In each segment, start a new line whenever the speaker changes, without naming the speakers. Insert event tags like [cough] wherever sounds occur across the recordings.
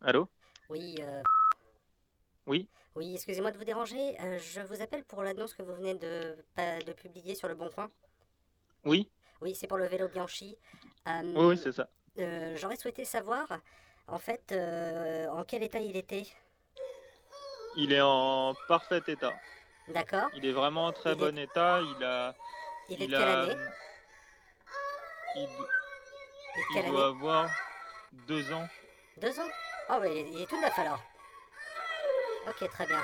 Allô
Oui, euh,
Oui
oui, excusez-moi de vous déranger. euh, je vous appelle pour l'annonce que vous venez de, pa- de publier sur le Bon Coin.
Oui
Oui, c'est pour le vélo Bianchi.
Oui, oui,
Euh,
c'est ça.
euh, j'aurais souhaité savoir, en fait, euh, en quel état il était.
Il est en parfait état.
D'accord.
Il est vraiment en très
Il est,
bon état. Il a.
il est de
Il
quelle
a.
année
Il, do-
Il est de
il
quelle
doit
année
avoir deux ans.
Deux ans Ah oui, il est tout neuf alors. Ok, très bien.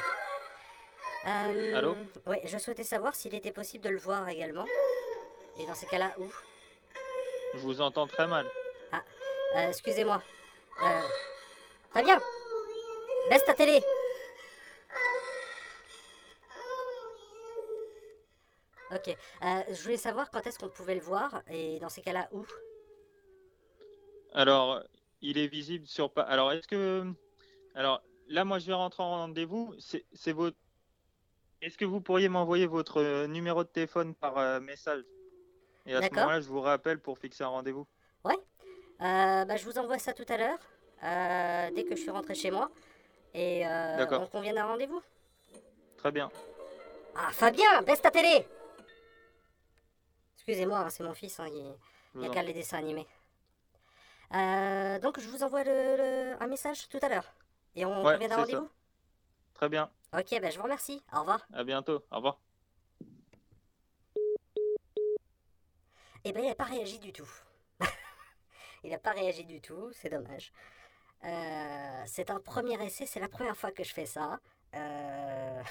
Allô
Euh, ouais, je souhaitais savoir s'il était possible de le voir également. Et dans ces cas-là, où
Je vous entends très mal.
Ah, euh, excusez-moi. Euh, très bien, baisse ta télé. Ok, euh, je voulais savoir quand est-ce qu'on pouvait le voir et dans ces cas-là, où
Alors, il est visible sur. pa- Alors, est-ce que. Alors, là, moi, je vais rentrer en rendez-vous. C'est c'est votre. Est-ce que vous pourriez m'envoyer votre euh, numéro de téléphone par euh, message Et à ce
D'accord
moment-là, je vous rappelle pour fixer un rendez-vous.
Ouais. Euh, bah, je vous envoie ça tout à l'heure, euh, dès que je suis rentré chez moi. Et euh, on
D'accord,
convient d'un rendez-vous.
très bien.
Ah, Fabien, baisse ta télé Excusez-moi, hein, c'est mon fils, hein, il
Je
n'y a
vous en
qu'à les
prie.
dessins animés. Euh, donc je vous envoie le- le- un message tout à l'heure. Et on
Ouais,
convient d'un
c'est ça.
rendez-vous
Très bien.
Ok, bah, je vous remercie. Au revoir.
À bientôt. Au revoir.
Eh ben, il n'a pas réagi du tout. [laughs] Il n'a pas réagi du tout, c'est dommage. Euh, c'est un premier essai, c'est la première fois que je fais ça. Euh,